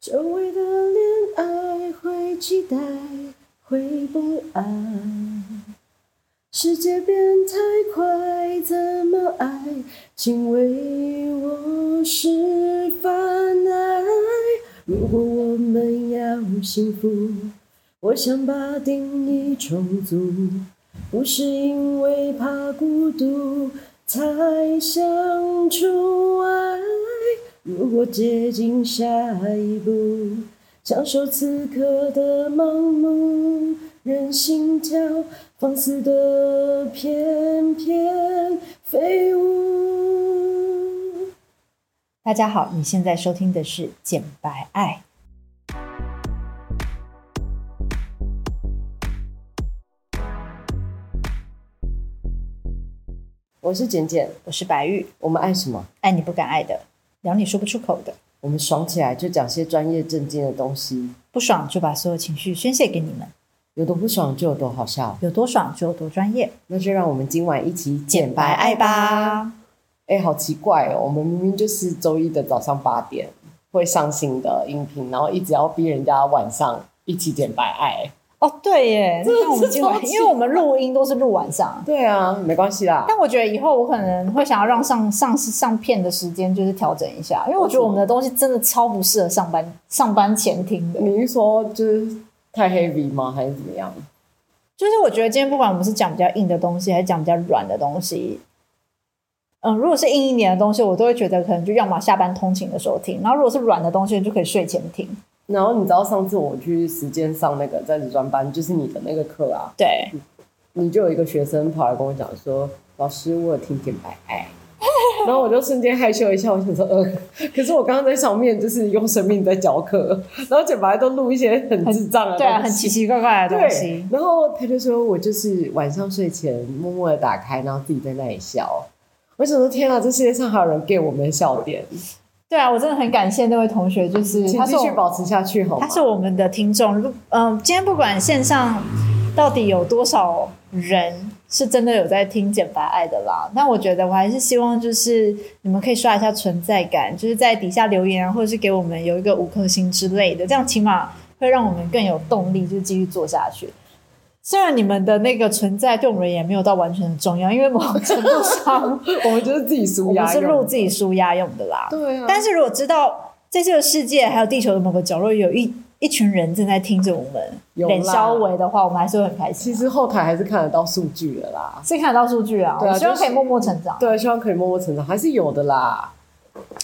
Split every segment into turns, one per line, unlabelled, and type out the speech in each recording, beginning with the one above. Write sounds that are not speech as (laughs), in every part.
久违的恋爱会期待，会不安。世界变太快，怎么爱？请为我示范爱。如果我们要幸福，我想把定义重组，不是因为怕孤独才想出爱。如果接近下一步，享受此刻的盲目，任心跳放肆的翩翩飞舞。
大家好，你现在收听的是《简白爱》。
我是简简，
我是白玉，
我们爱什么？
爱你不敢爱的，聊你说不出口的，
我们爽起来就讲些专业正经的东西，
不爽就把所有情绪宣泄给你们，
有多不爽就有多好笑。
有多爽就有多专业。
那就让我们今晚一起简白
白
爱
爱
吧。
吧，
哎、好奇怪哦，我们明明就是周一的早上八点会上新的音频，然后一直要逼人家晚上一起简白爱。
哦，对耶，
的
那我们
是
今
超
晚，
级
因为我们录音都是录晚上，
对啊，没关系啦。
但我觉得以后我可能会想要让上上上片的时间就是调整一下，因为我觉得我们的东西真的超不适合上班上班前听的。
你是说就是太 heavy 吗？还是怎么样？
就是我觉得今天不管我们是讲比较硬的东西，还是讲比较软的东西，嗯，如果是硬一点的东西，我都会觉得可能就要么下班通勤的时候听，然后如果是软的东西，就可以睡前听。
然后你知道上次我去实践上那个在职专班，就是你的那个课啊，
对，
你就有一个学生跑来跟我讲说：“老师，我有听简白爱。”然后我就瞬间害羞一下，我想说：“呃，可是我刚刚在上面就是用生命在教课，然后简白都录一些很智障的
对啊，
东
很
西。
奇奇怪怪的东
对
西，，
然后他就说我就是晚上睡前默默的打开，然后自己在那里笑。我想说，天啊，这世界上还有人给我们的笑点，
对啊，我真的很感谢那位同学，就是
请
他是
继
我
续保持下去好吗？
他是我们的听众。如嗯、今天不管线上到底有多少人是真的有在听《简白爱》的啦，那我觉得我还是希望就是你们可以刷一下存在感，就是在底下留言啊，或者是给我们有一个五颗星之类的，这样起码会让我们更有动力，就继续做下去。虽然你们的那个存在对我们而言没有到完全的重要，因为某种程度上
我们就是自己
我
舒压
们
用，
是录自己舒压用的啦。
对啊，
但是如果知道在这个世界还有地球的某个角落有一一群人正在听着我们
有啦
脸稍微的话，我们还是会很开
其
心啊。
实后台还是看得到数据的啦。
是看得到数据啊，
对啊
我希望
就是
可以默默成长。
对，希望可以默默成长，还是有的啦。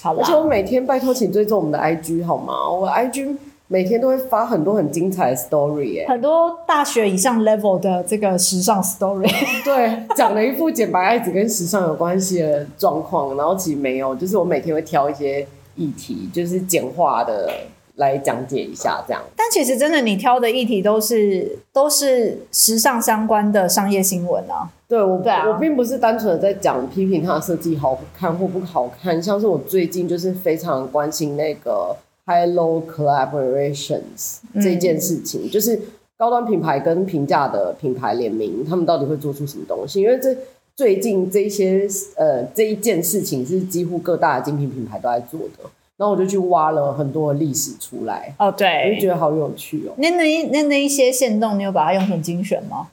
好
而且我
啦，
每天拜托请追踪我们的 IG 好吗？我 IG 每天都会发很多很精彩的 story 耶、
很多大学以上 level 的这个时尚 story， (laughs)
对，讲了一副简白爱子跟时尚有关系的状况，然后其实没有，就是我每天会挑一些议题，就是简化的来讲解一下这样。
但其实真的你挑的议题都是都是时尚相关的商业新闻啊。
对我
对啊
我并不是单纯的在讲批评它的设计好看或不好看，像是我最近就是非常关心那个 high low collaborations
嗯
这件事情，就是高端品牌跟平价的品牌联名，他们到底会做出什么东西？因为这最近这一些呃这一件事情是几乎各大的精品品牌都在做的，然后我就去挖了很多的历史出来，
哦，
我就
对，
觉得好有趣哦。
那那一那那一些线动，你有把它用成精选吗？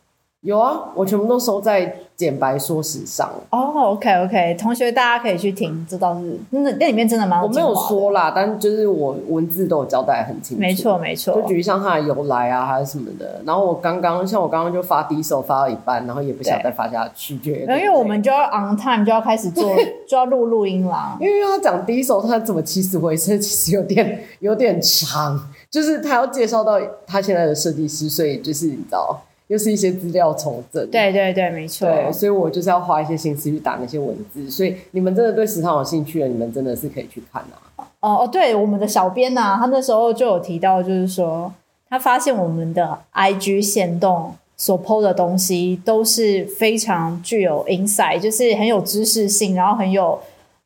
有啊，我全部都收在简白说时尚。
哦，OK OK，同学大家可以去听，这倒是那那里面真的蛮
我没有
精华的
说啦，但就是我文字都有交代得很清楚，
没，错，没错，
就举像它的由来啊，还是什么的。然后我刚刚像我刚刚就发第一首发到一半，然后也不想
对
再发下去，就有点
然后因为我们就要 on time 就要开始做，就要录录音啦。
因为要讲第一首，他怎么起死回生，其实有点有点长，就是他要介绍到他现在的设计师，所以就是你知道，又是一些资料重整，
对对对，没错。
对，所以我就是要花一些心思去打那些文字。所以你们真的对时尚有兴趣的，你们真的是可以去看啊。
哦哦，对，我们的小编呐、他那时候就有提到，就是说他发现我们的 IG 限动所 PO 的东西都是非常具有 insight，就是很有知识性，然后很有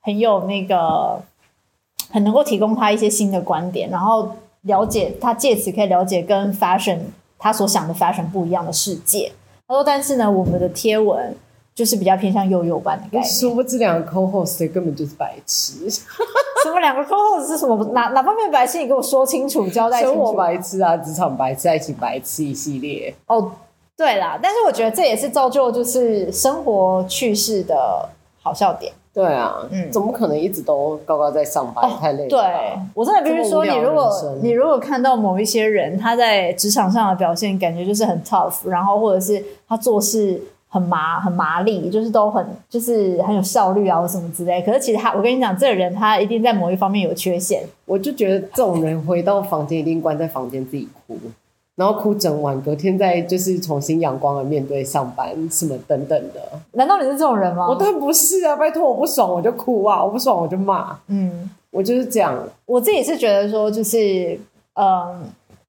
很有那个很能够提供他一些新的观点，然后了解他借此可以了解跟 fashion 他所想的 fashion 不一样的世界。他说，但是呢，我们的贴文就是比较偏向幼幼班的概念。
殊不知两个 co-host 根本就是白痴，
什么两个 co-host 是什么哪哪方面白痴？你给我说清楚，交代清
生活
楚。
白痴啊，职场白痴、爱情白痴一系列。
哦，对啦，但是我觉得这也是造就就是生活趣事的好笑点。
对啊，
嗯
怎么可能一直都高高在上吧？也太累了
对
吧。
我真的必须说，
啊这么
你
无聊
如
的人
果
生
你如果看到某一些人他在职场上的表现，感觉就是很 tough，然后或者是他做事很麻很麻利，就是都很就是很有效率啊或什么之类。可是其实他，我跟你讲，这个人他一定在某一方面有缺陷。
我就觉得这种人回到房间一定关在房间自己哭，然后哭整晚，隔天再就是重新阳光的面对上班什么等等的。
难道你是这种人吗？
我当然不是啊，拜托我不爽我就哭啊，我不爽我就骂，
嗯，
我就是这样。
我自己是觉得说，就是嗯，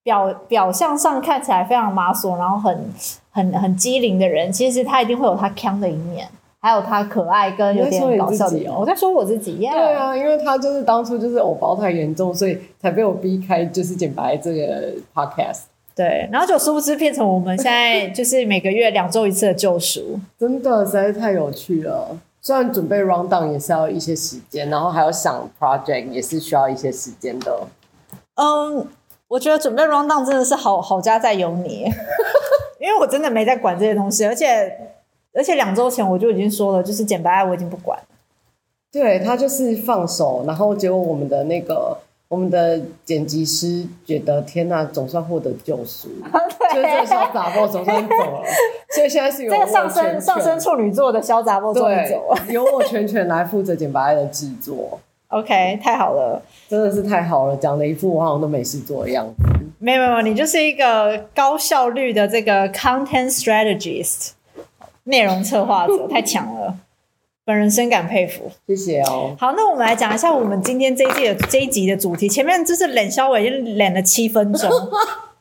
表表象上看起来非常麻索，然后很很很机灵的人，其实他一定会有他腔的一面，还有他可爱跟有
你在说
点
你
搞笑的
自
一
己
面。
哦
我在说我自己，耶、
对啊，因为他就是当初就是偶包太严重，所以才被我逼开就是简白这个 podcast。
对，然后就殊不知变成我们现在就是每个月两周一次的救赎。
真的实在是太有趣了。虽然准备 round down 也是要一些时间，然后还要想 project 也是需要一些时间的。
(laughs) 嗯，我觉得准备 round down 真的是好好家在有你， (laughs) 因为我真的没在管这些东西，而且而且两周前我就已经说了，就是简白爱我已经不管。
对他就是放手，然后结果我们的那个我们的剪辑师觉得天呐，总算获得救 (laughs) 赎，就是这个小杂货总算 (laughs) 走了，所以现在是由
这个
我
上
全
升
权
上升处女座的潇洒波终于走啊
(laughs)
了。
对，由我全权来负责简白的制作，
OK，太好了。
真的是太好了，讲的一副我好像都没事做的样子。
没有没有没有，你就是一个高效率的这个 content strategist，内容策划者，太强了， (laughs) 本人深感佩服。
谢谢哦，
好，那我们来讲一下我们今天这一季的这一集的主题。前面就是冷肖伟，就冷了七
(laughs)
分钟，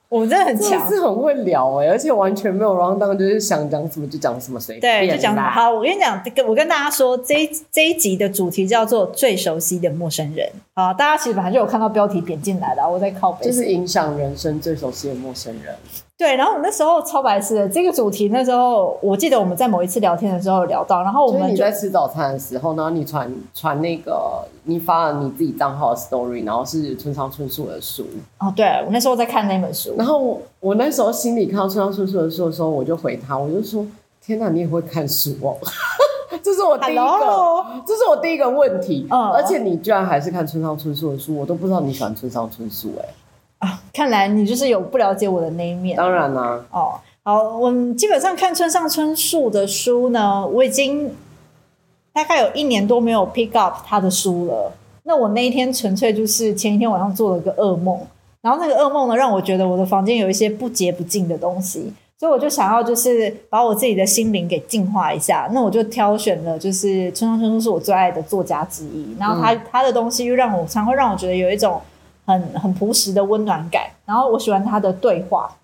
我们真的很
真的
强。
是很会聊哎、而且完全没有 round down，就是想讲什么就讲什么，随便
对，就讲
啦
好。我跟你讲，跟我跟大家说，这一这一集的主题叫做“最熟悉的陌生人”。好，大家其实本来就有看到标题点进来的啊，我在靠北。
就是影响人生最熟悉的陌生人。
对，然后我们那时候超白痴的这个主题，那时候我记得我们在某一次聊天的时候有聊到，然后我
就是
们
你
就
在吃早餐的时候，然后你传传那个你发了你自己账号的 story，然后是村上春树的书，
哦，对我那时候在看那本书，
然后我我那时候心里看到村上春树的书的时候，我就回他，我就说：天哪，你也会看书哦！ (laughs) 这是我第一个，
Hello，
这是我第一个问题。
嗯
而且你居然还是看村上春树的书，我都不知道你喜欢村上春树哎、
啊，看来你就是有不了解我的那一面
当然啦、
哦。好，我们基本上看村上春树的书呢，我已经大概有一年多没有 pick up 他的书了。那我那一天纯粹就是前一天晚上做了个噩梦，然后那个噩梦呢，让我觉得我的房间有一些不洁不净的东西，所以我就想要就是把我自己的心灵给净化一下。那我就挑选了，就是村上春树是我最爱的作家之一，然后他、他的东西又让我常会让我觉得有一种很很朴实的温暖感，然后我喜欢他的对话。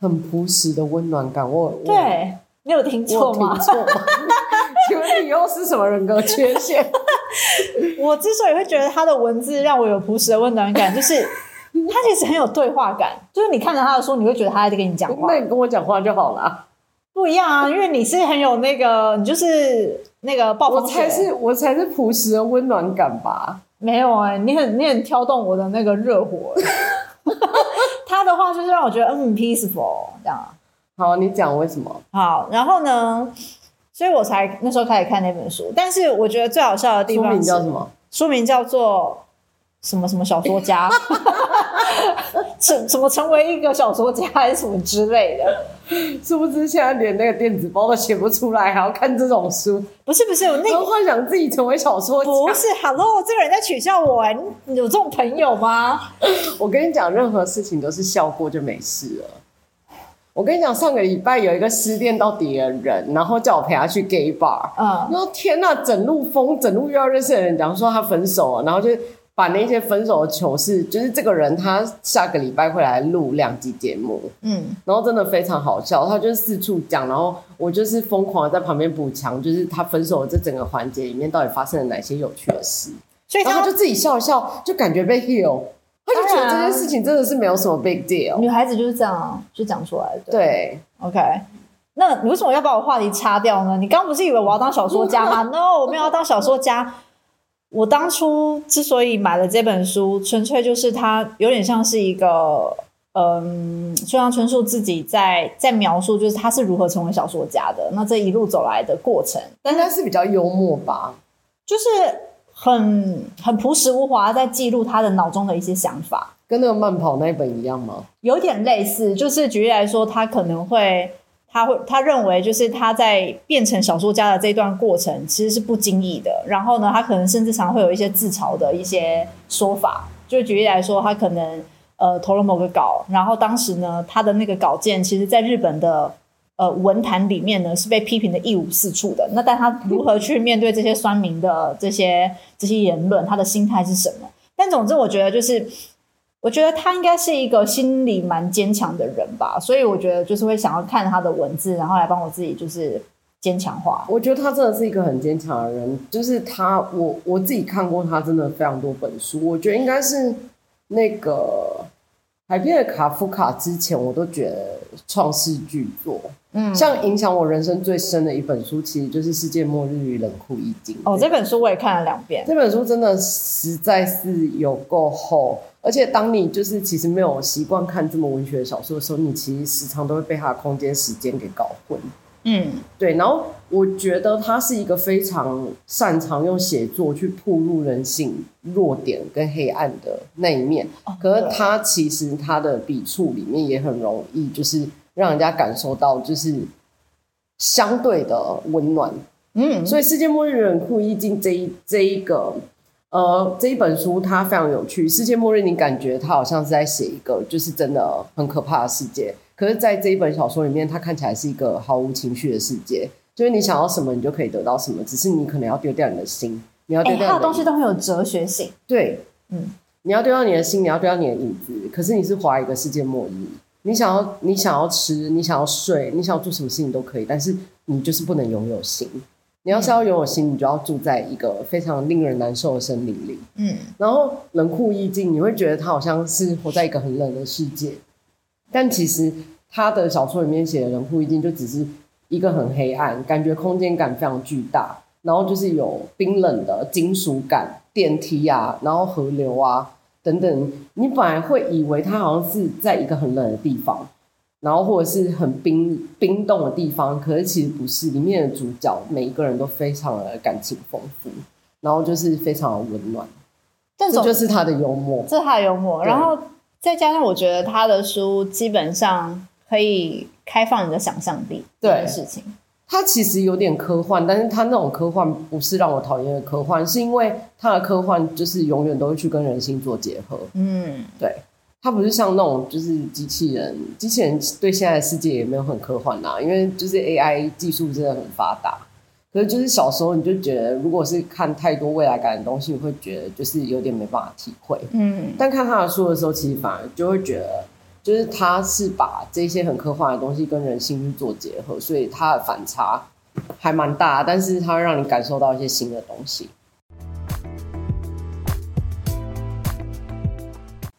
很朴实的温暖感。我我
对，你有听
我
错
听
吗？
错
(laughs)
吗？请问你又是什么人格缺陷？
我之所以会觉得他的文字让我有朴实的温暖感，就是 (laughs) 他其实很有对话感，就是你看着他的书，你会觉得他在跟你讲话
那。你跟我讲话就好啦。
不一样啊，因为你是很有那个，你就是那个暴
我
风雪
才是我才是朴实的温暖感吧。
没有哎、你很你很挑动我的那个热火。 (laughs) 他的话就是让我觉得嗯 peaceful 这样
好，你讲为什么？
好，然后呢，所以我才那时候开始看那本书，但是我觉得最好笑的地
书
方
名
是
叫什么？
书名叫做什么什么小说家， (laughs) 成什么成为一个小说家还是什么之类的，
殊不知现在连那个电子包都写不出来，还要看这种书，
不是不是，我那
然后幻想自己成为小说家。
不是 hello，这个人在取笑我哎、你有这种朋友吗？
我跟你讲，任何事情都是笑过就没事了。我跟你讲，上个礼拜有一个失恋到底的人，然后叫我陪他去 gay bar，
嗯，
然后天呐，整路疯，整路遇到认识的人讲说他分手了，然后就把那些分手的糗事，就是这个人他下个礼拜会来录两集节目，
嗯，
然后真的非常好笑，他就是四处讲，然后我就是疯狂的在旁边补强，就是他分手的这整个环节里面到底发生了哪些有趣的事，
所以
然后
他
他就自己笑一笑，就感觉被 heal，他就觉得这件事情真的是没有什么 big deal，
女孩子就是这样啊，就讲出来的。
对。
，OK。那你为什么要把我话题插掉呢？你刚不是以为我要当小说家吗？No，我没有要当小说家。我当初之所以买了这本书，纯粹就是它有点像是一个，嗯，就像春树自己在在描述，就是他是如何成为小说家的，那这一路走来的过程，
但他是比较幽默吧？
就是很很朴实无华，在记录他的脑中的一些想法。
跟那个慢跑那一本一样吗？
有点类似，就是举例来说，他可能会，他会，他认为就是他在变成小说家的这段过程其实是不经意的。然后呢，他可能甚至常会有一些自嘲的一些说法。就举例来说，他可能呃投了某个稿，然后当时呢，他的那个稿件其实在日本的呃文坛里面呢是被批评的一无是处的。那但他如何去面对这些酸民的这些这些言论，他的心态是什么？但总之，我觉得就是。我觉得他应该是一个心理蛮坚强的人吧，所以我觉得就是会想要看他的文字，然后来帮我自己就是坚强化。
我觉得他真的是一个很坚强的人，就是他，我我自己看过他真的非常多本书，我觉得应该是那个海边的卡夫卡之前，我都觉得创世巨作。
嗯，
像影响我人生最深的一本书，其实就是《世界末日与冷酷一惊》。
哦，这本书我也看了两遍。
这本书真的实在是有够厚，而且当你就是其实没有习惯看这么文学的小说的时候，你其实时常都会被它的空间、时间给搞混。
嗯
对，然后我觉得他是一个非常擅长用写作去铺露人性弱点跟黑暗的那一面，可是他其实他的笔触里面也很容易，就是让人家感受到就是相对的温暖。
嗯，
所以《世界末日冷酷意境》这一这一个呃这一本书它非常有趣，《世界末日》你感觉它好像是在写一个就是真的很可怕的世界，可是在这一本小说里面，它看起来是一个毫无情绪的世界，就是你想要什么你就可以得到什么，只是你可能要丢掉你的心，你要
哎、
丢掉
他
你
的
的
东西都很有哲学性。
对，
嗯，
你要丢掉你的心，你要丢掉你的影子，可是你是划一个世界末日，你想要你想要吃，你想要睡，你想要做什么事情都可以，但是你就是不能拥有心。你要是要拥有心，你就要住在一个非常令人难受的森林里。
嗯，
然后冷酷意境，你会觉得他好像是活在一个很冷的世界，但其实他的小说里面写的冷酷意境就只是一个很黑暗，感觉空间感非常巨大，然后就是有冰冷的金属感、电梯啊，然后河流啊等等，你本来会以为他好像是在一个很冷的地方。然后或者是很冰冰冻的地方，可是其实不是，里面的主角每一个人都非常的感情丰富，然后就是非常的温暖。
但
这
总
就是他的幽默。
这太幽默，
对
然后再加上我觉得他的书基本上可以开放你的想象力这
对
件事情。
他其实有点科幻，但是他那种科幻不是让我讨厌的科幻，是因为他的科幻就是永远都会去跟人性做结合。
嗯，
对，他不是像那种就是机器人，机器人对现在的世界也没有很科幻啦、啊因为就是 AI 技术真的很发达。可是就是小时候你就觉得，如果是看太多未来感的东西，你会觉得就是有点没办法体会。
嗯
但看他的书的时候，其实反而就会觉得，就是他是把这些很科幻的东西跟人性去做结合，所以他的反差还蛮大，但是它会让你感受到一些新的东西。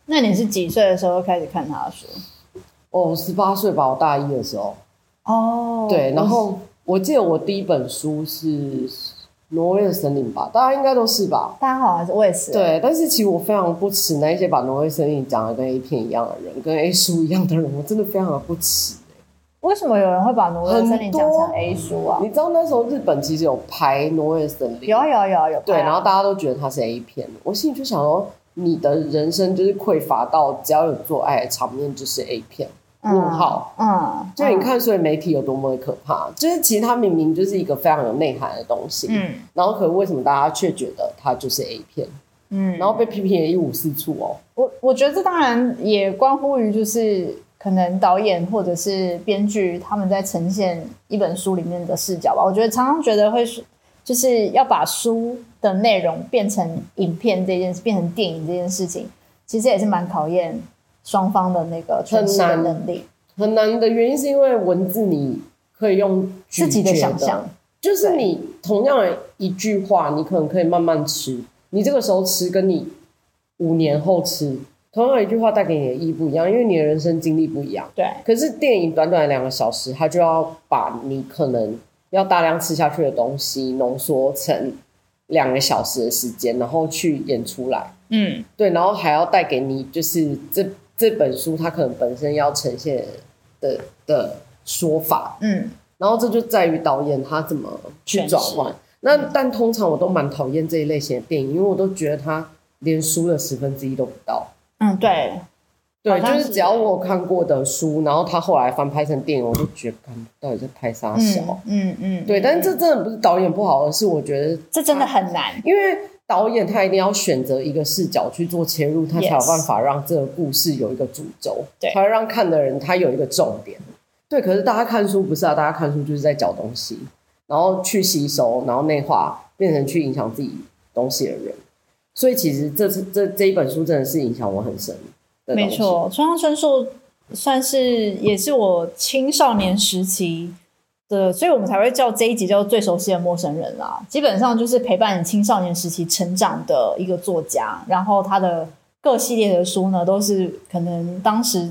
那你是几岁的时候开始看他的书？
哦，十八岁吧，我大一的时候，
哦
对，然后我记得我第一本书是《挪威的森林》吧，大家应该都是吧？
大家好像是，我也是。
对，但是其实我非常不耻那一些把挪威森林讲的跟 A 片一样的人，跟 A 书一样的人，我真的非常的不耻。
为什么有人会把挪威的森林讲成
很多
A 书啊？
你知道那时候日本其实有拍《挪威的森林》，
有啊有啊有啊有拍啊
对，然后大家都觉得它是 A 片。我心里就想说，你的人生就是匮乏到只要有做爱的场面就是 A 片。问号，
嗯，
就你看，所以媒体有多么的可怕，就是其实它明明就是一个非常有内涵的东西，
嗯，
然后可为什么大家却觉得它就是 A 片，
嗯嗯，
然后被批评的一无是处哦。
我我觉得这当然也关乎于就是可能导演或者是编剧他们在呈现一本书里面的视角吧。我觉得常常觉得会是就是要把书的内容变成影片这件事，变成电影这件事情，其实也是蛮考验双方的那个诠释的
很难
能力，
很难的原因是因为文字你可以用咀
自己的
嚼
想象。
就是
对
你同样的一句话，你可能可以慢慢吃，你这个时候吃跟你五年后吃，同样一句话带给你的意义不一样，因为你的人生经历不一样。
对，
可是电影短短两个小时，它就要把你可能要大量吃下去的东西浓缩成两个小时的时间，然后去演出来。
嗯，
对，然后还要带给你就是这这本书它可能本身要呈现的的说法，
嗯，
然后这就在于导演他怎么去转换。那但通常我都蛮讨厌这一类型的电影，因为我都觉得他连书的十分之一都不到。
嗯，对，
对，
好像
就是是只要我有看过的书，然后他后来翻拍成电影，我就觉得，干到底在拍啥小？
嗯嗯嗯，
对，但是这真的不是导演不好，而是我觉得，
这真的很难，
因为导演他一定要选择一个视角去做切入，他才有
Yes
办法让这个故事有一个主轴，
对
才会让看的人他有一个重点。对，可是大家看书不是啊，大家看书就是在找东西，然后去吸收，然后内化，变成去影响自己东西的人。所以其实这次这这一本书真的是影响我很深的东西。
没错，村上春树算是也是我青少年时期的，所以我们才会叫这一集叫最熟悉的陌生人啦。基本上就是陪伴你青少年时期成长的一个作家，然后他的各系列的书呢，都是可能当时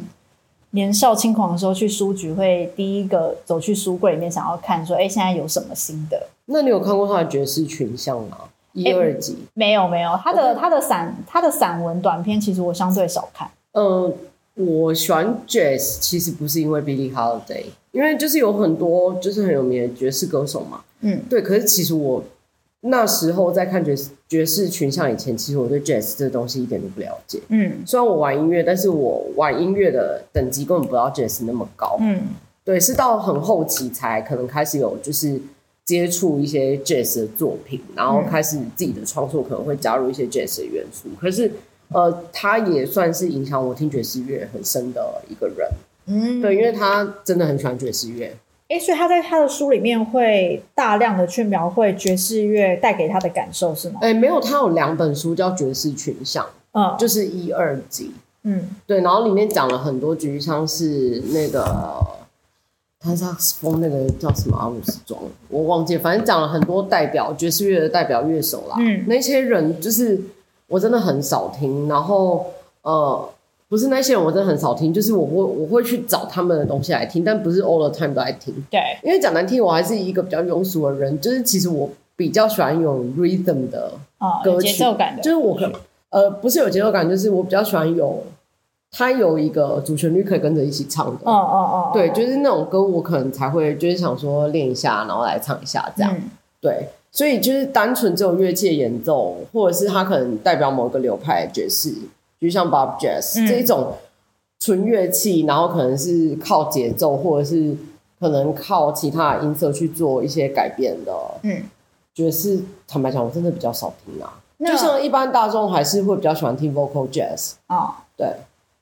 年少轻狂的时候去书局会第一个走去书柜里面想要看说，哎，现在有什么新的？
那你有看过他的爵士群像吗？一
诶
二集，
没有没有，他的他的散他的散文短篇其实我相对少看，
嗯，我喜欢 jazz，其实不是因为 Billie Holiday，因为就是有很多就是很有名的爵士歌手嘛。
嗯，
对。可是其实我那时候在看爵士爵士群像以前，其实我对 jazz 这东西一点都不了解。
嗯
虽然我玩音乐，但是我玩音乐的等级根本不到 jazz 那么高。
嗯
对，是到很后期才可能开始有就是接触一些 jazz 的作品，然后开始自己的创作可能会加入一些 jazz 的元素。可是呃，他也算是影响我听爵士乐很深的一个人，
嗯，
对，因为他真的很喜欢爵士乐，
诶，所以他在他的书里面会大量的去描绘爵士乐带给他的感受，是吗？
哎，没有，他有两本书叫《爵士群像》，
嗯，
就是一二集，
嗯，
对，然后里面讲了很多爵士像是那个弹萨克斯风那个叫什么阿姆斯壮，我忘记了，反正讲了很多代表爵士乐的代表乐手啦。
嗯
那些人就是我真的很少听，然后呃，不是那些人我真的很少听，就是我会我会去找他们的东西来听，但不是 all the time 都来听。
对，
因为讲难听，我还是一个比较庸俗的人，就是其实我比较喜欢有 rhythm 的
啊、有
歌
节
曲，
奏感
就
的，
是我可呃不是有节奏感，就是我比较喜欢有它有一个主旋律可以跟着一起唱的。
嗯嗯嗯，
对，
嗯
就是那种歌，我可能才会就是想说练一下，然后来唱一下这样。
嗯
对，所以就是单纯只有乐器的演奏，或者是它可能代表某个流派的爵士，就像 Bob Jazz、
嗯
这一种纯乐器，然后可能是靠节奏，或者是可能靠其他的音色去做一些改变的
嗯，
爵士。坦白讲，我真的比较少听啊。
那
就像一般大众还是会比较喜欢听 vocal jazz，
啊、
对，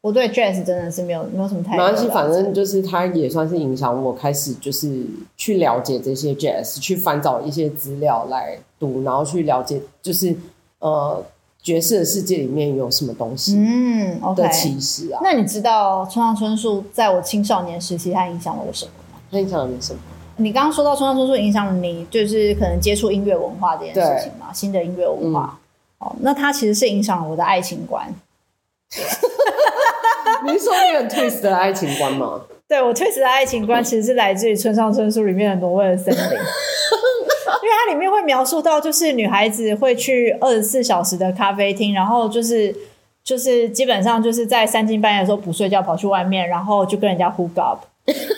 我对 jazz 真的是没有没有什么太
没
多
关
的了解，
系，反正就是它也算是影响我开始就是去了解这些 jazz，去翻找一些资料来读，然后去了解就是呃爵士的世界里面有什么东西
嗯，OK
的。启示啊，
那你知道村上春树在我青少年时期他影响我的什么吗？
它影响了你什么？
你刚刚说到村上春树影响你，就是可能接触音乐文化这件事情嘛，新的音乐文化。
嗯
哦，那他其实是影响了我的爱情观，
你是说那个 twist 的爱情观吗？
(laughs) 对我确实的爱情观其实是来自于村上春树里面的《挪威的森林》，
(laughs)
因为它里面会描述到，就是女孩子会去二十四小时的咖啡厅，然后就是就是基本上就是在三更半夜的时候不睡觉，跑去外面，然后就跟人家 hook
(laughs)
up。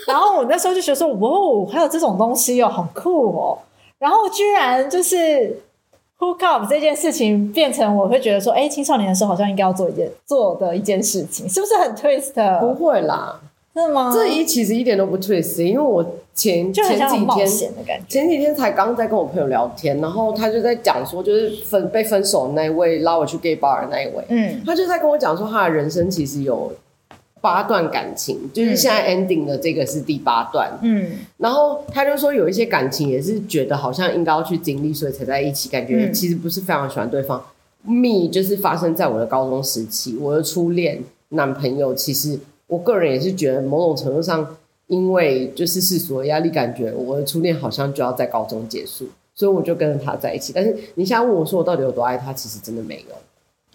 然后我那时候就觉得说，哇哦，还有这种东西哦，好酷哦！然后居然就是 hook up 这件事情变成我会觉得说，哎，青少年的时候好像应该要做一件做的一件事情，是不是很 twist？
不会啦，
真的吗？
这一其实一点都不 twist，因为我前
就很
前
像
几
很冒
天
险的感觉。
前几天才刚在跟我朋友聊天，然后他就在讲说，就是分被分手的那一位拉我去 gay bar 的那一位，
嗯
他就在跟我讲说，他的人生其实有八段感情，就是现在 ending 的这个是第八段。
嗯
然后他就说，有一些感情也是觉得好像应该要去经历，所以才在一起，感觉
嗯
其实不是非常喜欢对方。me 就是发生在我的高中时期，我的初恋男朋友，其实我个人也是觉得某种程度上，因为就是世俗的压力，感觉我的初恋好像就要在高中结束，所以我就跟着他在一起。但是你现在问我说我到底有多爱他，其实真的没有。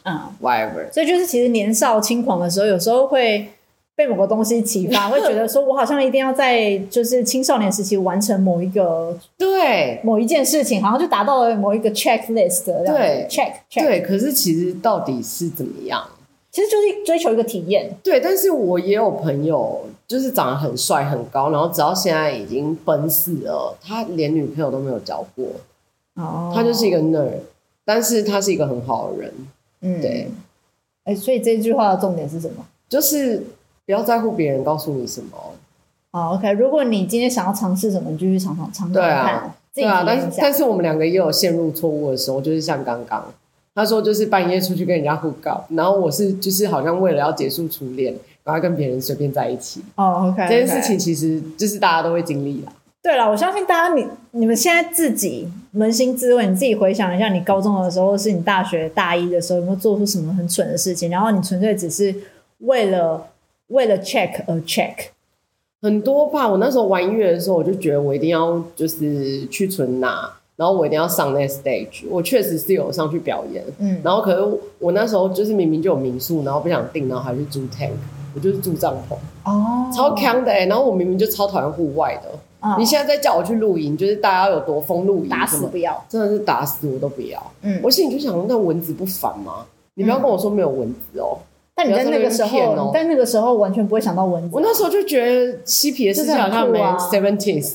嗯，
whatever。
所以就是其实年少轻狂的时候，有时候会被某个东西启
(laughs)
发，会觉得说我好像一定要在就是青少年时期完成某一个
对
某一件事情，好像就达到了某一个 checklist 这样子
对
check check，
对，可是其实到底是怎么样？
其实就是追求一个体验。
对，但是我也有朋友，就是长得很帅很高，然后直到现在已经奔四了，他连女朋友都没有交过，
哦
他就是一个 nerd，但是他是一个很好的人，
嗯
对，
哎、所以这句话的重点是什么？
就是不要在乎别人告诉你什么，
哦，OK，如果你今天想要尝试什么，你就去尝尝尝尝
对啊
看，自己
对啊，
体
但
验一
是
下。
但是我们两个也有陷入错误的时候，就是像刚刚他说，就是半夜出去跟人家互告，然后我是就是好像为了要结束初恋，然后跟别人随便在一起，
哦，OK，
这件事情其实就是大家都会经历啦。
对了，我相信大家你你们现在自己扪心自问，你自己回想一下，你高中的时候，或是你大学大一的时候，有没有做出什么很蠢的事情？然后你纯粹只是为了为了 check 而 check，
很多吧，我那时候玩音乐的时候，我就觉得我一定要就是去存拿，然后我一定要上那个 stage，我确实是有上去表演，
嗯，
然后可是我那时候就是明明就有民宿，然后不想订，然后还去租 tank，我就是住帐篷，
哦
超强的哎、然后我明明就超讨厌户外的。
嗯
你现在再叫我去露营，就是大家有多疯露营，
打
什
死
么
不要，
真的是打死我都不要。
嗯，
我心里就想说，那蚊子不烦吗？你不要跟我说没有蚊子哦。
但你在那个
不要
时
在那边骗
候，
哦
你在那个时候完全不会想到蚊子
我，那时候就觉得嬉皮的事情好像没
就是很酷啊
seventies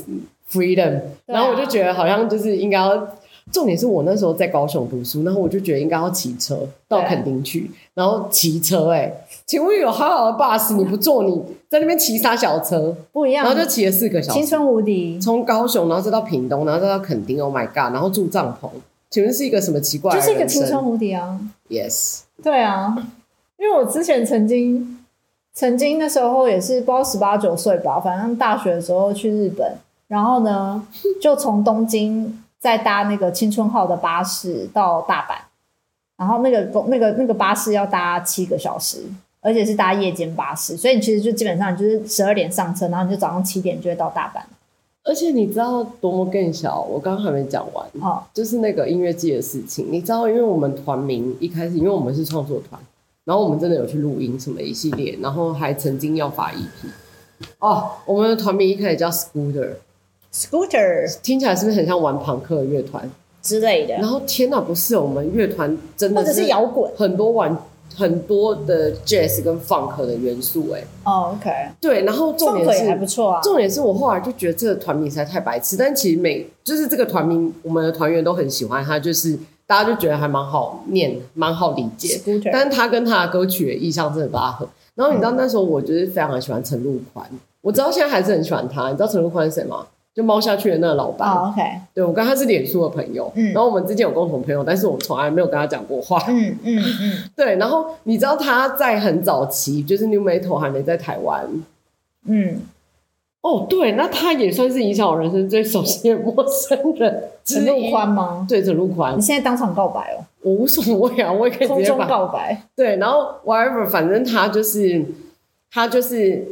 freedom，、
对啊
然后我就觉得好像就是应该要。重点是我那时候在高雄读书，然后我就觉得应该要骑车到垦丁去，然后骑车哎、请问有好好的 bus 你不坐，你在那边骑啥小车？
不一样
然后，就骑了四个小
青
时，
春无敌，
从高雄，然后再到屏东，然后再到垦丁，Oh my god！然后住帐篷，请问是一个什么奇怪的
就
人
是一
生？
个青春无敌啊。
Yes，
对啊，因为我之前曾经，曾经那时候也是不知道十八九岁吧，反正大学的时候去日本，然后 (laughs) 呢，就从东京再搭那个青春号的巴士到大阪，然后那个公那个那个巴士要搭七个小时，而且是搭夜间巴士，所以你其实就基本上你就是十二点上车，然后你就早上七点就会到大阪了
而且你知道多么更小？我刚刚还没讲完。
哦，
就是那个音乐季的事情，你知道，因为我们团名一开始，因为我们是创作团，然后我们真的有去录音什么一系列，然后还曾经要发 EP。哦，我们的团名一开始叫 Scooter，
scooter
听起来是不是很像玩朋克的乐团？
之类的，
然后天哪，不是哦我们乐团真
或
的
者是摇滚
很多玩很多的 jazz 跟 funk 的元素、哎，
哦，OK，
对，然后重
撞
点
鬼
是
还不错啊，
重点是我后来就觉得这个团名实在太白痴，但其实每就是这个团名，我们的团员都很喜欢它，就是大家就觉得还蛮好念，蛮好理解。
scooter
但是他跟他的歌曲的意象真的不大合。然后你知道那时候我就是非常的喜欢陈陆宽，我知道现在还是很喜欢他。你知道陈陆宽是谁吗？就猫下去的那个老板。
哦，OK，
对我跟他是脸书的朋友，
嗯
然后我们之间有共同朋友，但是我从来没有跟他讲过话。
嗯嗯嗯
对，然后你知道他在很早期，就是 New Metal 还没在台湾，
嗯。
哦，对，那他也算是影响我人生最熟悉的陌生人之
陈陆
一。
宽吗？
对，陈陆宽
你，现在当场告白哦，
我无所谓啊，我也可以直
空
接
中
把
告白，
对，然后 whatever，反正他就是他就是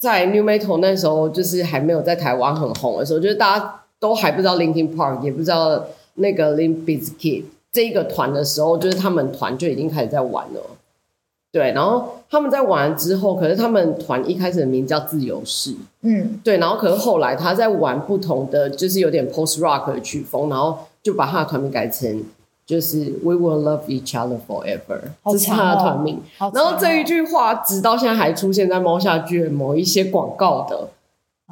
在 New Metal 那时候，就是还没有在台湾很红的时候，就是大家都还不知道 Linkin Park，也不知道那个 Link Bizkit 这一个团的时候，就是他们团就已经开始在玩了。对，然后他们在玩了之后，可是他们团一开始的名叫自由式，
嗯，
对，然后可是后来他在玩不同的，就是有点 post rock 的曲风，然后就把他的团名改成就是 We will love each other forever，、
好
这是
长
他的
哦
团名。
好长
然
哦
后这一句话直到现在还出现在猫下剧的某一些广告的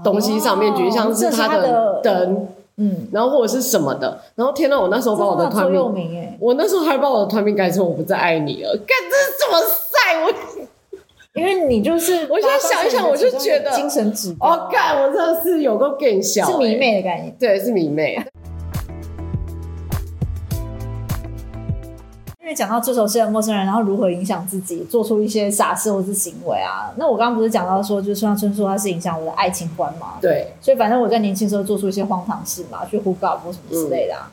东西上面，
哦
比如像
这是
他
他的
灯，
嗯，
然后或者是什么的。然后天呐，我那时候把我的
这是他
团
座右
名，
铭哎，
我那时候还把我的团名改成我不再爱你了，干这是什么赛？我
因为你就是
我现在想一想我就觉得
精神指标
哦，干，我真的是有够更小、
是迷
欸
妹的概念。
对，是迷妹。
因为讲到最熟悉的陌生人，然后如何影响自己，做出一些傻事或是行为啊。那我刚刚不是讲到说，就是村上春树他是影响我的爱情观嘛，
对，
所以反正我在年轻时候做出一些荒唐事嘛，去胡搞或什么之类的、啊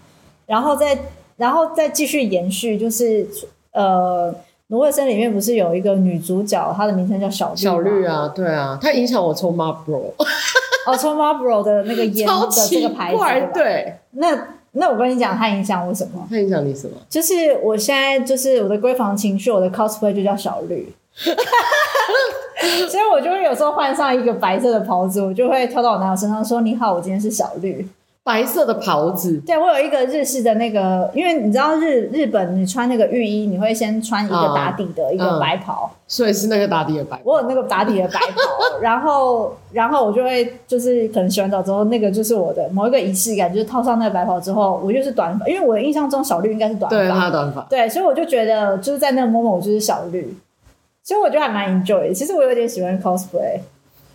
然后再然后再继续延续，就是呃，《挪威森》里面不是有一个女主角，她的名称叫小绿吗
小绿啊，对啊，它影响我抽 Marlboro，
哦，抽 Marlboro 的那个
(laughs)
烟
超
的这
奇
个牌子，
怪，
吧
(laughs) 对，
那那我跟你讲，它影响我什么？
它影响你什么？
就是我现在就是我的闺房情绪，我的 cosplay 就叫小绿， (laughs) 所以我就会有时候换上一个白色的袍子，我就会跳到我男友身上说：“你好，我今天是小绿。
白色的袍子”，
对我有一个日式的那个，因为你知道日日本你穿那个浴衣，你会先穿一个打底的一个白袍，
所以是那个打底的白。
我有那个打底的白
(laughs)
袍，然后然后我就会就是可能洗完澡之后，那个就是我的某一个仪式感，就是套上那个白袍之后，我就是短发，因为我的印象中小绿应该是短发，
对，他的短发。
对，所以我就觉得就是在那个 moment 我就是小绿，所以我就还蛮 enjoy 的。其实我有点喜欢 cosplay，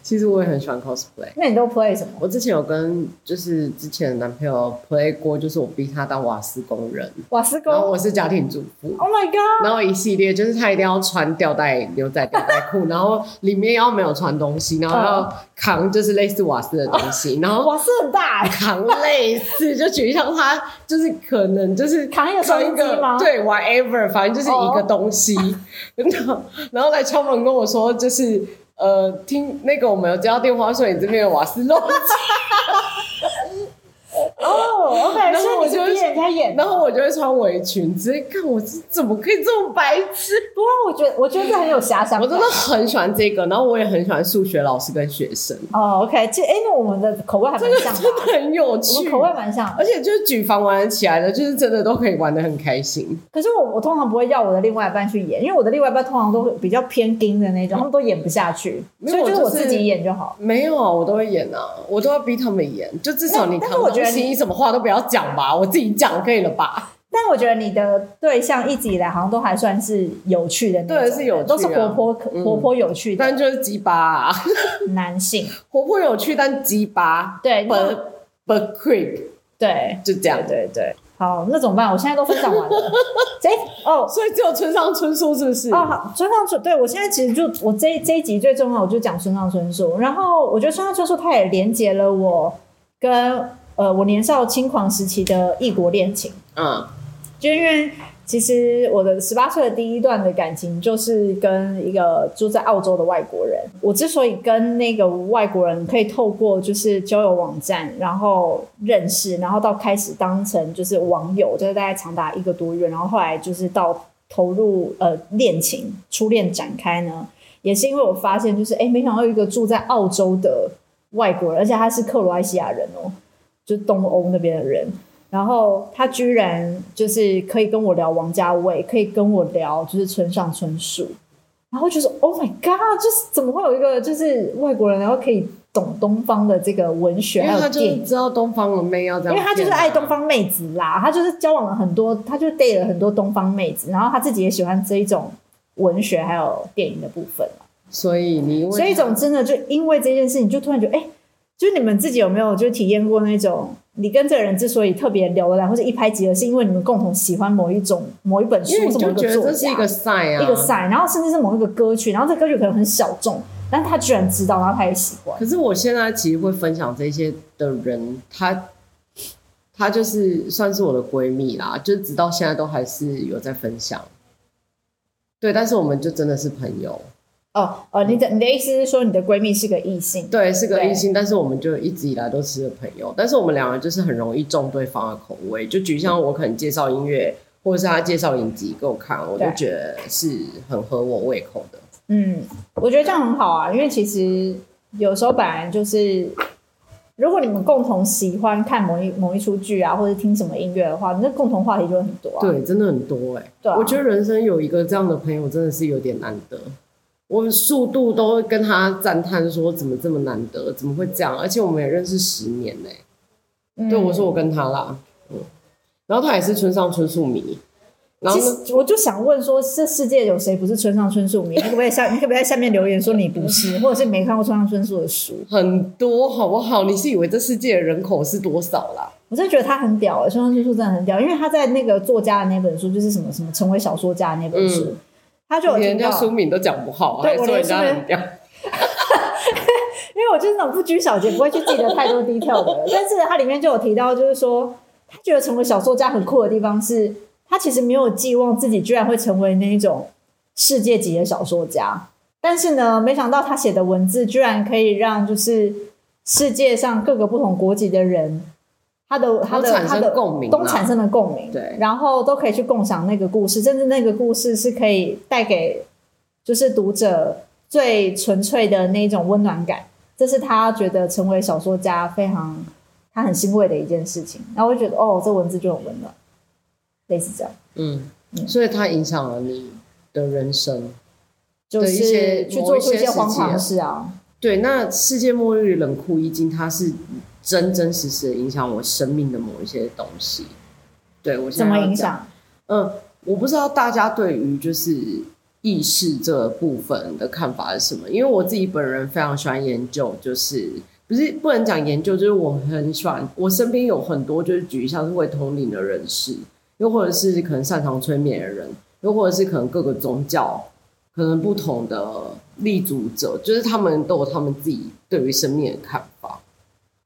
其实我也很喜欢 cosplay。
那你都 play 什么？
我之前有跟就是之前的男朋友 play 过，就是我逼他当瓦斯工人，
瓦斯
然后
工
我是家庭主妇，
？Oh my god！
然后一系列就是他一定要穿吊带牛仔吊带裤，然后里面要没有穿东西，然后要扛就是类似瓦斯的东西， (laughs) 然后
瓦斯很大、欸，
扛类似，就举像他就是可能就是
扛一个收音机吗哦
对，whatever，反正就是一个东
(laughs)
西。然后然后来敲门跟我说，就是呃，听那个我们有接到电话说你这边有瓦斯漏
(laughs)
气，
哦，OK，
然后
所
我
以你
就是会
逼人家演的。
然后我就会穿围裙，直接看我是怎么可以这么白
(laughs)
痴。
不过啊我觉得，我觉得这很有遐想感。
我真的很喜欢这个，然后我也很喜欢数学老师跟学
(laughs)
生，
哦，OK，这哎，那我们的口味还蛮像的
真的
啊，
很有
我
趣
们。口味蛮像的。
而且就是举凡玩得起来的，就是真的都可以玩得很开心。
可是我我通常不会要我的另外一半去演，因为我的另外一半通常都会比较偏丁的那种，他们都演不下去，
嗯没
所
有
以就是
我
我
就是
自己演就好。
没有啊，我都会演啊，我都要逼他们演，就至少你扛
但但是我觉得
东西
你
什么话都不要讲吧，我自己讲可以了
(laughs)
吧？
但我觉得你的对象一直以来好像都还算是有趣的那种人，
对是有趣啊
都是活泼、
嗯
活泼有趣
但
的
就是鸡巴、啊，
男性。
活泼有趣，但鸡巴， (laughs)
对
不
那
不 creep，
对，
就这样
对。对对。好，那怎么办？我现在都分享完了。
(laughs)
哎，哦
所以只有村上春树是不是？
哦，好，村上春，对我现在其实就我这一这一集最重要，我就讲村上春树。然后我觉得村上春树他也连接了我跟呃我年少轻狂时期的异国恋情。
嗯，
就因为其实我的十八岁的第一段的感情就是跟一个住在澳洲的外国人。我之所以跟那个外国人可以透过就是交友网站，然后认识，然后到开始当成就是网友，就是大概长达一个多月，然后后来就是到投入呃恋情、初恋展开呢，也是因为我发现就是哎，诶没想到有一个住在澳洲的外国人，而且他是克罗埃西亚人哦，就是东欧那边的人。然后他居然就是可以跟我聊王家卫，可以跟我聊就是村上春树，然后就说 Oh my God，就是怎么会有一个就是外国人，然后可以懂东方的这个文学
因
还
为
有
他就
电
是
影？
知道东方的妹要这样
因
骗啊，
为他就是爱东方妹子啦，他就是交往了很多，他就 date 了很多东方妹子，然后他自己也喜欢这一种文学还有电影的部分。
所以你因为
所以总之呢，就因为这件事情，就突然觉得，哎、就是你们自己有没有就体验过那种，你跟这个人之所以特别聊得来，或者一拍即合，是因为你们共同喜欢某一种、某一本书
因为、你
某
就
一
觉
个
得
作
这是
家、
一个赛啊，
一个。赛，然后甚至是某一个歌曲，然后这歌曲可能很小众，但他居然知道，然后他也喜欢。
可是我现在其实会分享这些的人，她她就是算是我的闺蜜啦，就直到现在都还是有在分享。对，但是我们就真的是朋友，
哦哦，你的你的意思是说，你的闺蜜是个异性？
对，是个
对
异性，但是我们就一直以来都是朋友，但是我们两个就是很容易中对方的口味。就举像我可能介绍音乐，或者是他介绍影集给我看，我就
对
觉得是很合我胃口的。
嗯，我觉得这样很好啊，因为其实有时候本来就是，如果你们共同喜欢看某一某一出剧啊，或者听什么音乐的话，那共同话题就会很多啊。，
对，真的很多哎、
对啊
我觉得人生有一个这样的朋友真的是有点难得。我速度都会跟他赞叹说，怎么这么难得，怎么会这样？而且我们也认识十年呢、
嗯
对，我说我跟他啦，嗯，然后他也是村上春树迷，然后
其
呢，
实我就想问说，这世界有谁不是村上春树迷？你可不可以下，你可不可以在下面留言说你
(laughs)
不是，或者是你没看过村上春树的书？
很多好不好？你是以为这世界的人口是多少啦？
我真的觉得他很屌、欸，村上春树真的很屌，因为他在那个作家的那本书，就是什么什么成为小说家的那本书，
嗯
他就有
连人
听
家
到。
书名都讲不好，
对
还说
我连
人家
书名
很屌。
因为我就是那种不拘小节，不会去记得太多 detail 的人。但是它里面就有提到，就是说他觉得成为小作家很酷的地方是，他其实没有寄望自己居然会成为那一种世界级的小说家。但是呢，没想到他写的文字居然可以让就是世界上各个不同国籍的人，他的他的
都产生
他的
共鸣啊
都产生了共鸣，
对
然后都可以去共享那个故事，甚至那个故事是可以带给就是读者最纯粹的那种温暖感，这是他觉得成为小说家非常他很欣慰的一件事情。然后我就觉得哦，这文字就很温暖，类似这样，
嗯，所以它影响了你的人生。
就
对一些
是去
某
做
一
出
些
一些荒
事迹啊
唐的事啊，
对，那世界末日冷酷一惊，它是真真实实的影响我生命的某一些东西。啊对我现在
怎么
要
影
讲？
响？
嗯，我不知道大家对于就是意识这个部分的看法是什么，因为我自己本人非常喜欢研究，就是不是不能讲研究，就是我很喜欢，我身边有很多就是举像是会通灵的人士，又或者是可能擅长催眠的人，又或者是可能各个宗教。可能不同的立足者，就是他们都有他们自己对于生命的看法。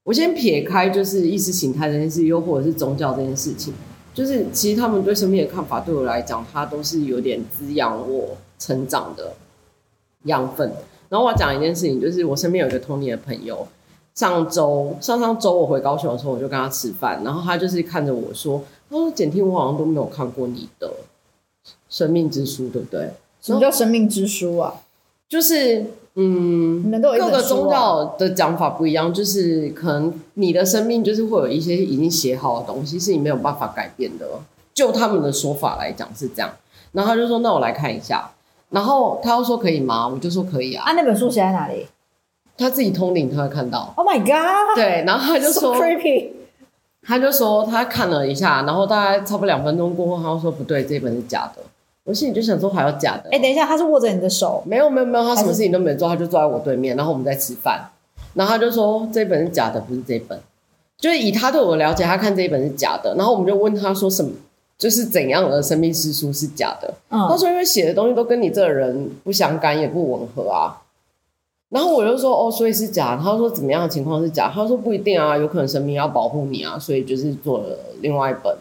我先撇开就是意识形态这件事，又或者是宗教这件事情，就是嗯其实他们对生命的看法，对我来讲，它都是有点滋养我成长的养分。然后我要讲一件事情，就是我身边有一个同龄的朋友，上周上上周我回高雄的时候，我就跟他吃饭，然后他就是看着我说：“他说简听，我好像都没有看过你的生命之书，对不对？”
什么叫生命之书啊？
就是嗯，
你们都有一
各
本
个
书
宗
哦
教的讲法不一样，就是可能你的生命就是会有一些已经写好的东西是你没有办法改变的。就他们的说法来讲是这样，然后他就说：“那我来看一下。”然后他又说：“可以吗？”我就说：“可以啊。
啊，那本书写在哪里”
他自己通灵，他会看到。
？Oh my god！
对，然后他就
(laughs) so
说：“
creepy。
他就说他看了一下，然后大概差不多两分钟过后，他就说：‘不对，这本是假的。’我心里就想说：‘还有假的？’
哎、等一下，他是握着你的手，
没有没有没有，他什么事情都没做，他就坐在我对面，然后我们在吃饭，然后他就说这本是假的，不是这本。就是以他对我的了解，他看这一本是假的，然后我们就问他说什么，就是怎样的生命诗书是假的。
嗯
他，说因为写的东西都跟你这个人不相干，也不吻合啊。然后我就说哦，所以是假的。他说怎么样的情况是假的？他说不一定啊，有可能神明要保护你啊，所以就是做了另外一本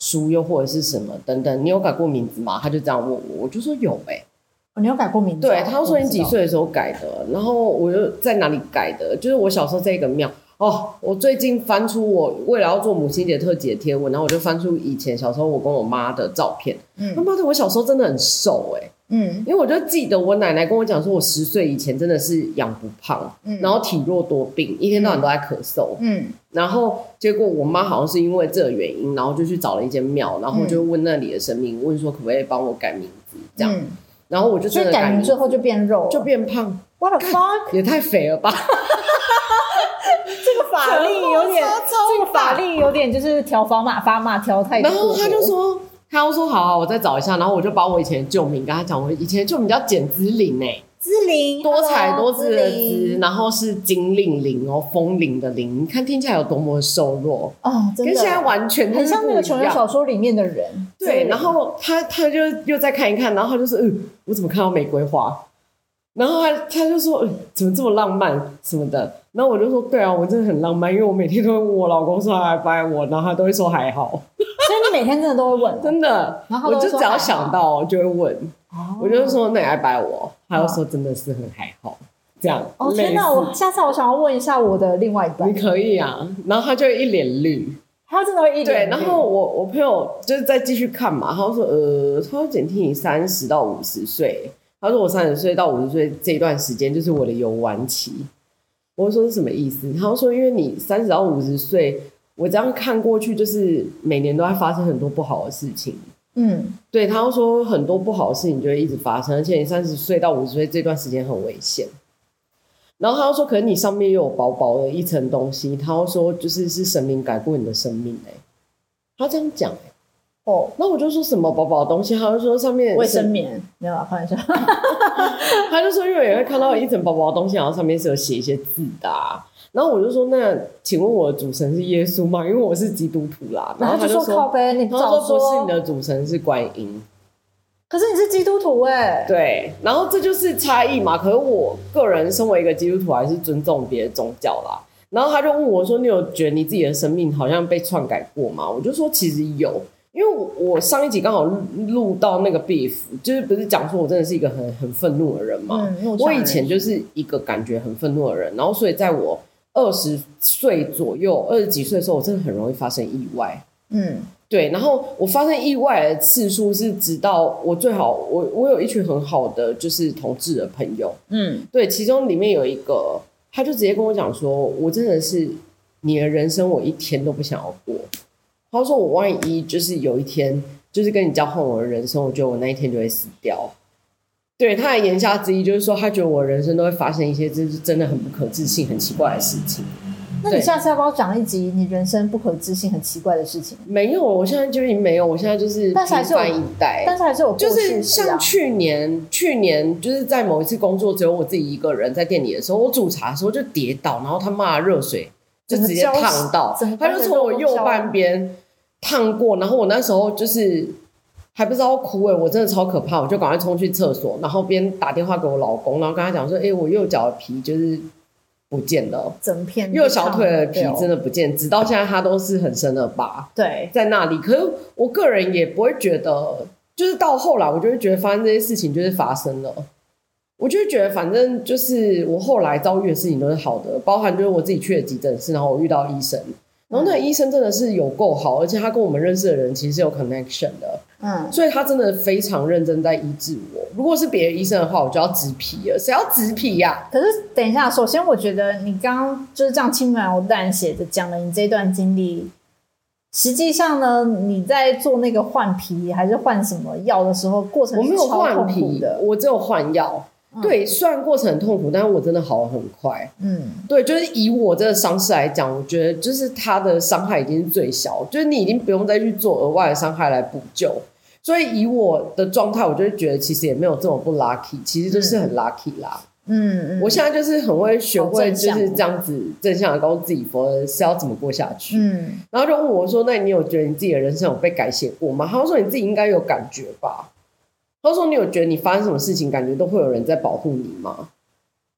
书，又或者是什么等等。你有改过名字吗？他就这样问我，我就说有欸呗、
哦你有改过名字哦？
对，他
我
说
不
你
知
几
道？
岁的时候改的？然后我又在哪里改的？就是我小时候在一个庙哦。我最近翻出我为了要做母亲节特辑的贴文，然后我就翻出以前小时候我跟我妈的照片。他
嗯
妈的，我小时候真的很瘦哎、
嗯
因为我就记得我奶奶跟我讲说，我十岁以前真的是养不胖，
嗯
然后体弱多病，一天到晚都在咳嗽。
嗯
然后结果我妈好像是因为这个原因，然后就去找了一间庙，然后就问那里的神明，问说可不可以帮我改名字这样。
嗯，
然后我就
所
真
以
的
改
改
名
名
之后就变肉了，
就变胖。
what the fuck！
也太肥了吧！
这个法力有点，这个法力有点就是调砝码砝码调 (laughs) 太过
然
火，
后他就说，他就说好、啊，我再找一下。然后我就把我以前的旧名跟他讲，我以前的旧名叫简之灵哎、
(laughs) 芝灵
多彩多姿的姿，
灵
然后是金令灵哦，风铃的铃，你看听起来有多么的瘦弱，
哦，真
跟现在
的
完全就是
很像那个
不
穷
一
人
样
小说里面的人，
对，然后他他就又再看一看，然后他就说，嗯，我怎么看到玫瑰花？然后他他就说，嗯，怎么这么浪漫什么的？然后我就说，对啊，我真的很浪漫，因为我每天都会问我老公说他爱不爱我，然后他都会说还好。
所以你每天真的都会问，
真的，
然后
我
他都
就
会
只
说
要
还好
想到就会问，
哦
我就说那你爱不爱我？他就说真的是很还好，这样。
哦
类
天哪，
似
我下次我想要问一下我的另外一半
你，可以啊，然后他就一脸绿，
他真的会一
对，
脸
然后我我朋友就是再继续看嘛，他就说呃，他说简听你三十到五十岁，他说我三十岁到五十岁这一段时间就是我的游玩期，我说是什么意思？他就说因为你三十到五十岁，我这样看过去就是每年都在发生很多不好的事情，
嗯
对，他又说很多不好的事情就会一直发生，而且你三十岁到五十岁这段时间很危险。然后他又说，可能你上面又有薄薄的一层东西。他又说，就是是神明改过你的生命哎、他这样讲哎、
哦。
那我就说什么薄薄的东西，他就说上面
卫
是
生，棉没有啊，开玩笑。
他就说因为也会看到一层薄薄的东西，然后上面是有写一些字的、啊。然后我就说，那请问我的主神是耶稣吗？因为我是基督徒啦。然
然后
后
他
他
就
就
说靠
说，
背，你
他
早
就说不是
说
你。的主神是观音。
可是你是基督徒哎、
对，然后这就是差异嘛。可是我个人身为一个基督徒，还是尊重别的宗教啦。然后他就问我说：“你有觉得你自己的生命好像被篡改过吗？”我就说：“其实有，因为我我上一集刚好录录到那个 beef，就是不是讲说我真的是一个很很愤怒的人嘛。
嗯，因为
我
常
以
人
前就是一个感觉很愤怒的人，然后所以在我二十岁左右，二十几岁的时候，我真的很容易发生意外。
嗯，
对，然后我发生意外的次数是，直到我最好我我有一群很好的就是同志的朋友，
嗯，
对，其中里面有一个，他就直接跟我讲说，我真的是你的人生，我一天都不想要过。他说我万一就是有一天就是跟你交换我的人生，我觉得我那一天就会死掉。对，他的言下之意就是说，他觉得我的人生都会发生一些就是真的很不可置信、很奇怪的事情。
那你
对
下次要不要讲一集你人生不可置信、很奇怪的事情？
没有，我现在就是没有，我现在就是
但是还是
平凡
有
以待。
但是还是有过
就是
去式啊
像去年，去年就是在某一次工作只有我自己一个人在店里的时候，我煮茶的时候就跌倒，然后他骂热水就直接烫到
整个，
他就从我右半边烫过，然后我那时候就是还不知道哭哎、我真的超可怕，我就赶快冲去厕所，然后边打电话给我老公，然后跟他讲说，哎、我右脚的皮就是不见了，
整片
右小腿的哦皮真
的
的不见，直到现在它都是很深的疤。
对，
在那里。可是我个人也不会觉得，就是到后来，我就会觉得发生这些事情就是发生了。我就会觉得，反正就是我后来遭遇的事情都是好的，包含就是我自己去了急诊室，然后我遇到医生，然后那个医生真的是有够好，而且他跟我们认识的人其实是有 connection 的，
嗯，
所以他真的非常认真在医治我。如果是别的医生的话，我就要植皮了，谁要植皮呀、
可是等一下，首先我觉得你刚刚就是这样轻描淡写的讲了你这段经历，实际上呢，你在做那个换皮还是换什么药的时候，过程
我没有
是超
换
痛苦
皮
的，
我只有换药。
嗯
对，虽然过程很痛苦，但是我真的好得很快。
嗯，
对，就是以我这个伤势来讲，我觉得就是它的伤害已经是最小，就是你已经不用再去做额外的伤害来补救。所以以我的状态，我就会觉得其实也没有这么不 lucky，其实就是很 lucky 啦。
嗯嗯，
我现在就是很会学会就
好
是
正向哦
这样子正向的告诉自己，否则是要怎么过下去。
嗯
然后就问我说：“那你有觉得你自己的人生有被改写过吗？”他就说：“你自己应该有感觉吧。”他说：“你有觉得你发生什么事情，感觉都会有人在保护你吗？”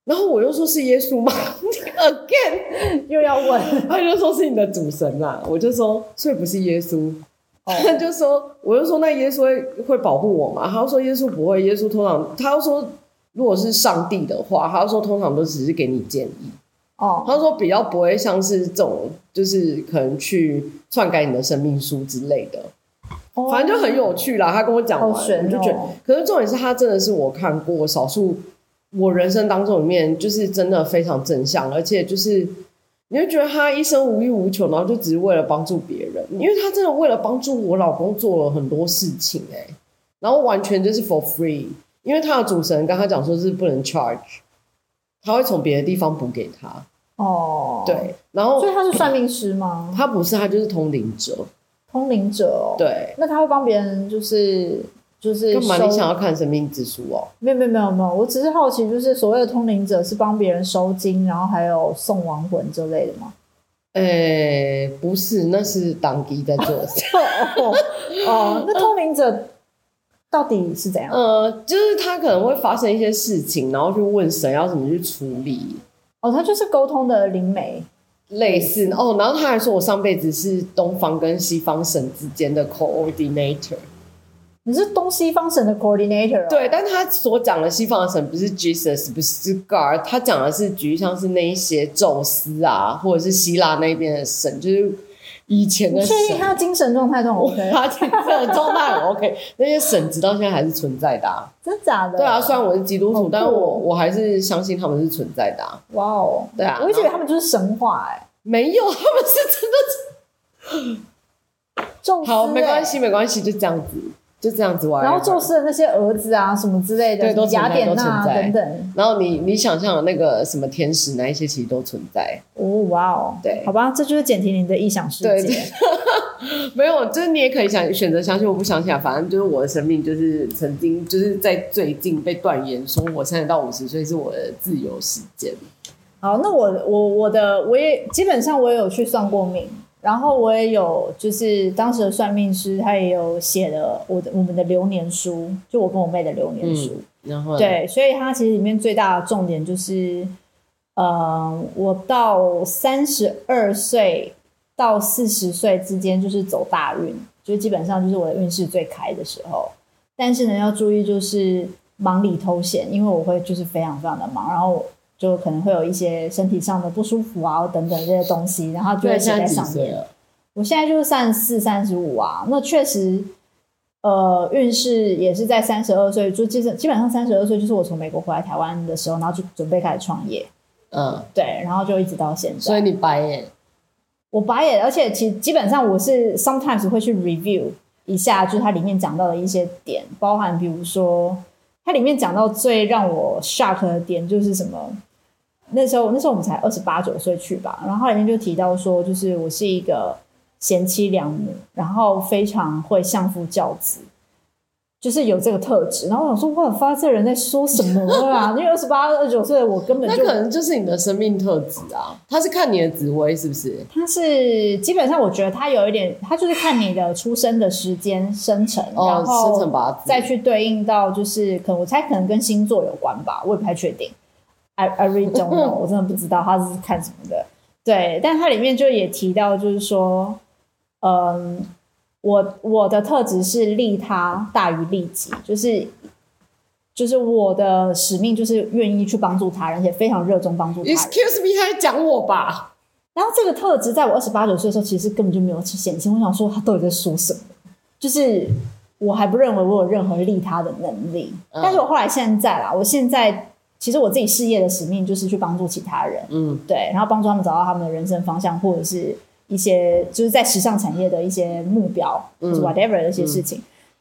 然后我又说：“是耶稣吗 (laughs) ？”Again，
又要问，
(laughs) 他就说是你的主神啦，我就说所以不是耶稣。 (laughs)
哦
他就说，我就说那耶稣会会保护我吗？他就说耶稣不会，耶稣通常他就说如果是上帝的话，他就说通常都只是给你建议。
哦，
他说比较不会像是这种，就是可能去篡改你的生命书之类的，
哦
反正就很有趣啦。他跟我讲完，
好悬哦
我就觉得，可是重点是他真的是我看过少数我人生当中里面，就是真的非常正向，而且就是你会觉得他一生无欲无求，然后就只是为了帮助别人，因为他真的为了帮助我老公做了很多事情哎、然后完全就是 for free，因为他的主持人跟他讲说是不能 charge，他会从别的地方补给他。
哦，，
对，然后
所以他是算命师吗？
他不是，他就是通灵者。
通灵者哦，，
对，
那他会帮别人就是就是
干嘛
收
你想要看生命指数哦？
没有没有没有没有，我只是好奇，就是所谓的通灵者是帮别人收金，然后还有送亡魂之类的
(laughs)
吗？
诶，呃不是，那是当机在做的事。
哦哦，那通灵者到底是怎样？
呃，就是他可能会发生一些事情，然后去问神要怎么去处理，
哦，他就是沟通的灵媒。
类似哦。然后他还说我上辈子是东方跟西方神之间的 coordinator。
你是东西方神的 coordinator，、哦、
对，但他所讲的西方的神不是 Jesus，不是 God，他讲的是举像是那一些宙斯啊，或者是希腊那边的神，就是以前
你
的
确
神。
定他的精神状态都很 OK？
他精神状态很 OK，那些神直到现在还是存在的、啊。
真假的？
对啊，虽然我是基督
好
徒
酷哦，
但我我还是相信他们是存在的、啊。
哇哦，
对啊
我一直以为他们就是神话哎、
没有，他们是真的。
宙斯、
好，没关
哎。
系，没关系，就这样子，就这样子玩。
然后宙斯的那些儿子啊，什么之类的，
对都存在
雅典娜
都存在
等等。
然后你你想象的那个什么天使那一些其实都存在，
哦，哇哦，
对
好吧，这就是简婷你的异想世界。
对对没有，就是你也可以想选择相信，我不相信啊。反正就是我的生命，就是曾经就是在最近被断言说，我三十到五十岁是我的自由时间。
(laughs) 好，那我我我的我也基本上我也有去算过命，然后我也有就是当时的算命师他也有写了我的我们的流年书，就我跟我妹的流年书。
嗯，然后呢，
对，所以它其实里面最大的重点就是，呃，我到三十二岁到四十岁之间就是走大运，就是基本上就是我的运势最开的时候。但是呢，要注意就是忙里偷闲，因为我会就是非常非常的忙，然后就可能会有一些身体上的不舒服啊等等这些东西，然后就会
对，
写
现在
在
几
上
岁
面。
了？
我现在就是三十四、三十五啊，那确实，呃，运势也是在三十二岁，就基本基本上三十二岁就是我从美国回来台湾的时候，然后就准备开始创业，
嗯，
对，然后就一直到现在。
所以你白眼，
我白眼，而且其基本上我是 sometimes 会去 review 一下，就是它里面讲到的一些点，包含比如说它里面讲到最让我 shock 的点就是什么？那时候那时候我们才二十八九岁去吧，然后它里面就提到说，就是我是一个贤妻良母，然后非常会相夫教子。就是有这个特质，然后我想说，哇，发这人在说什么啊？因为二十八、二九岁的我根本
那
就
可能就是你的生命特质啊。他是看你的紫薇是不是？
它是基本上，我觉得它有一点，它就是看你的出生的时间生成，
哦
然，后
生辰八字，
再去对应到，就是可能我猜可能跟星座有关吧，我也不太确定。I I really don't
(laughs)
know，我真的不知道它是看什么的。对，但它里面就也提到，就是说，嗯，我我的特质是利他大于利己，就是就是我的使命就是愿意去帮助他人，而且非常热衷帮助他人。
Excuse me，他在讲我吧？
然后这个特质在我二十八九岁的时候，其实根本就没有显现。我想说，他到底在说什么？就是我还不认为我有任何利他的能力。
嗯
但是我后来现在啦，我现在其实我自己事业的使命就是去帮助其他人，
嗯，
对，然后帮助他们找到他们的人生方向，或者是一些就是在时尚产业的一些目标，
嗯
就是 whatever 的一些事情。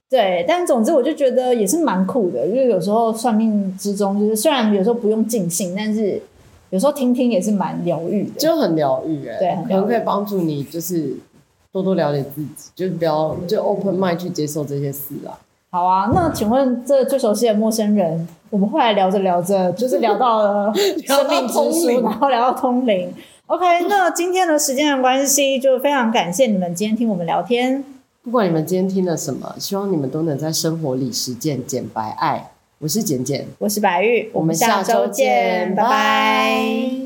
对，但总之我就觉得也是蛮酷的，就是有时候算命之中，就是虽然有时候不用尽信，但是有时候听听也是蛮疗愈的。
就很疗愈哎，
对很疗愈
可能可以帮助你，就是多多了解自己，就是不要就 open mind 去接受这些事啊。
好啊，那请问这最熟悉的陌生人，我们后来聊着聊着，就是聊
(laughs)
到了生命之
通
书，
灵
然后聊到通灵。OK，那今天的时间的关系，就非常感谢你们今天听我们聊天。
不管你们今天听了什么，希望你们都能在生活里实践简白爱。我是简简，
我是白玉，
我们
下
下
周
周
见，
见，
拜
拜
拜
拜。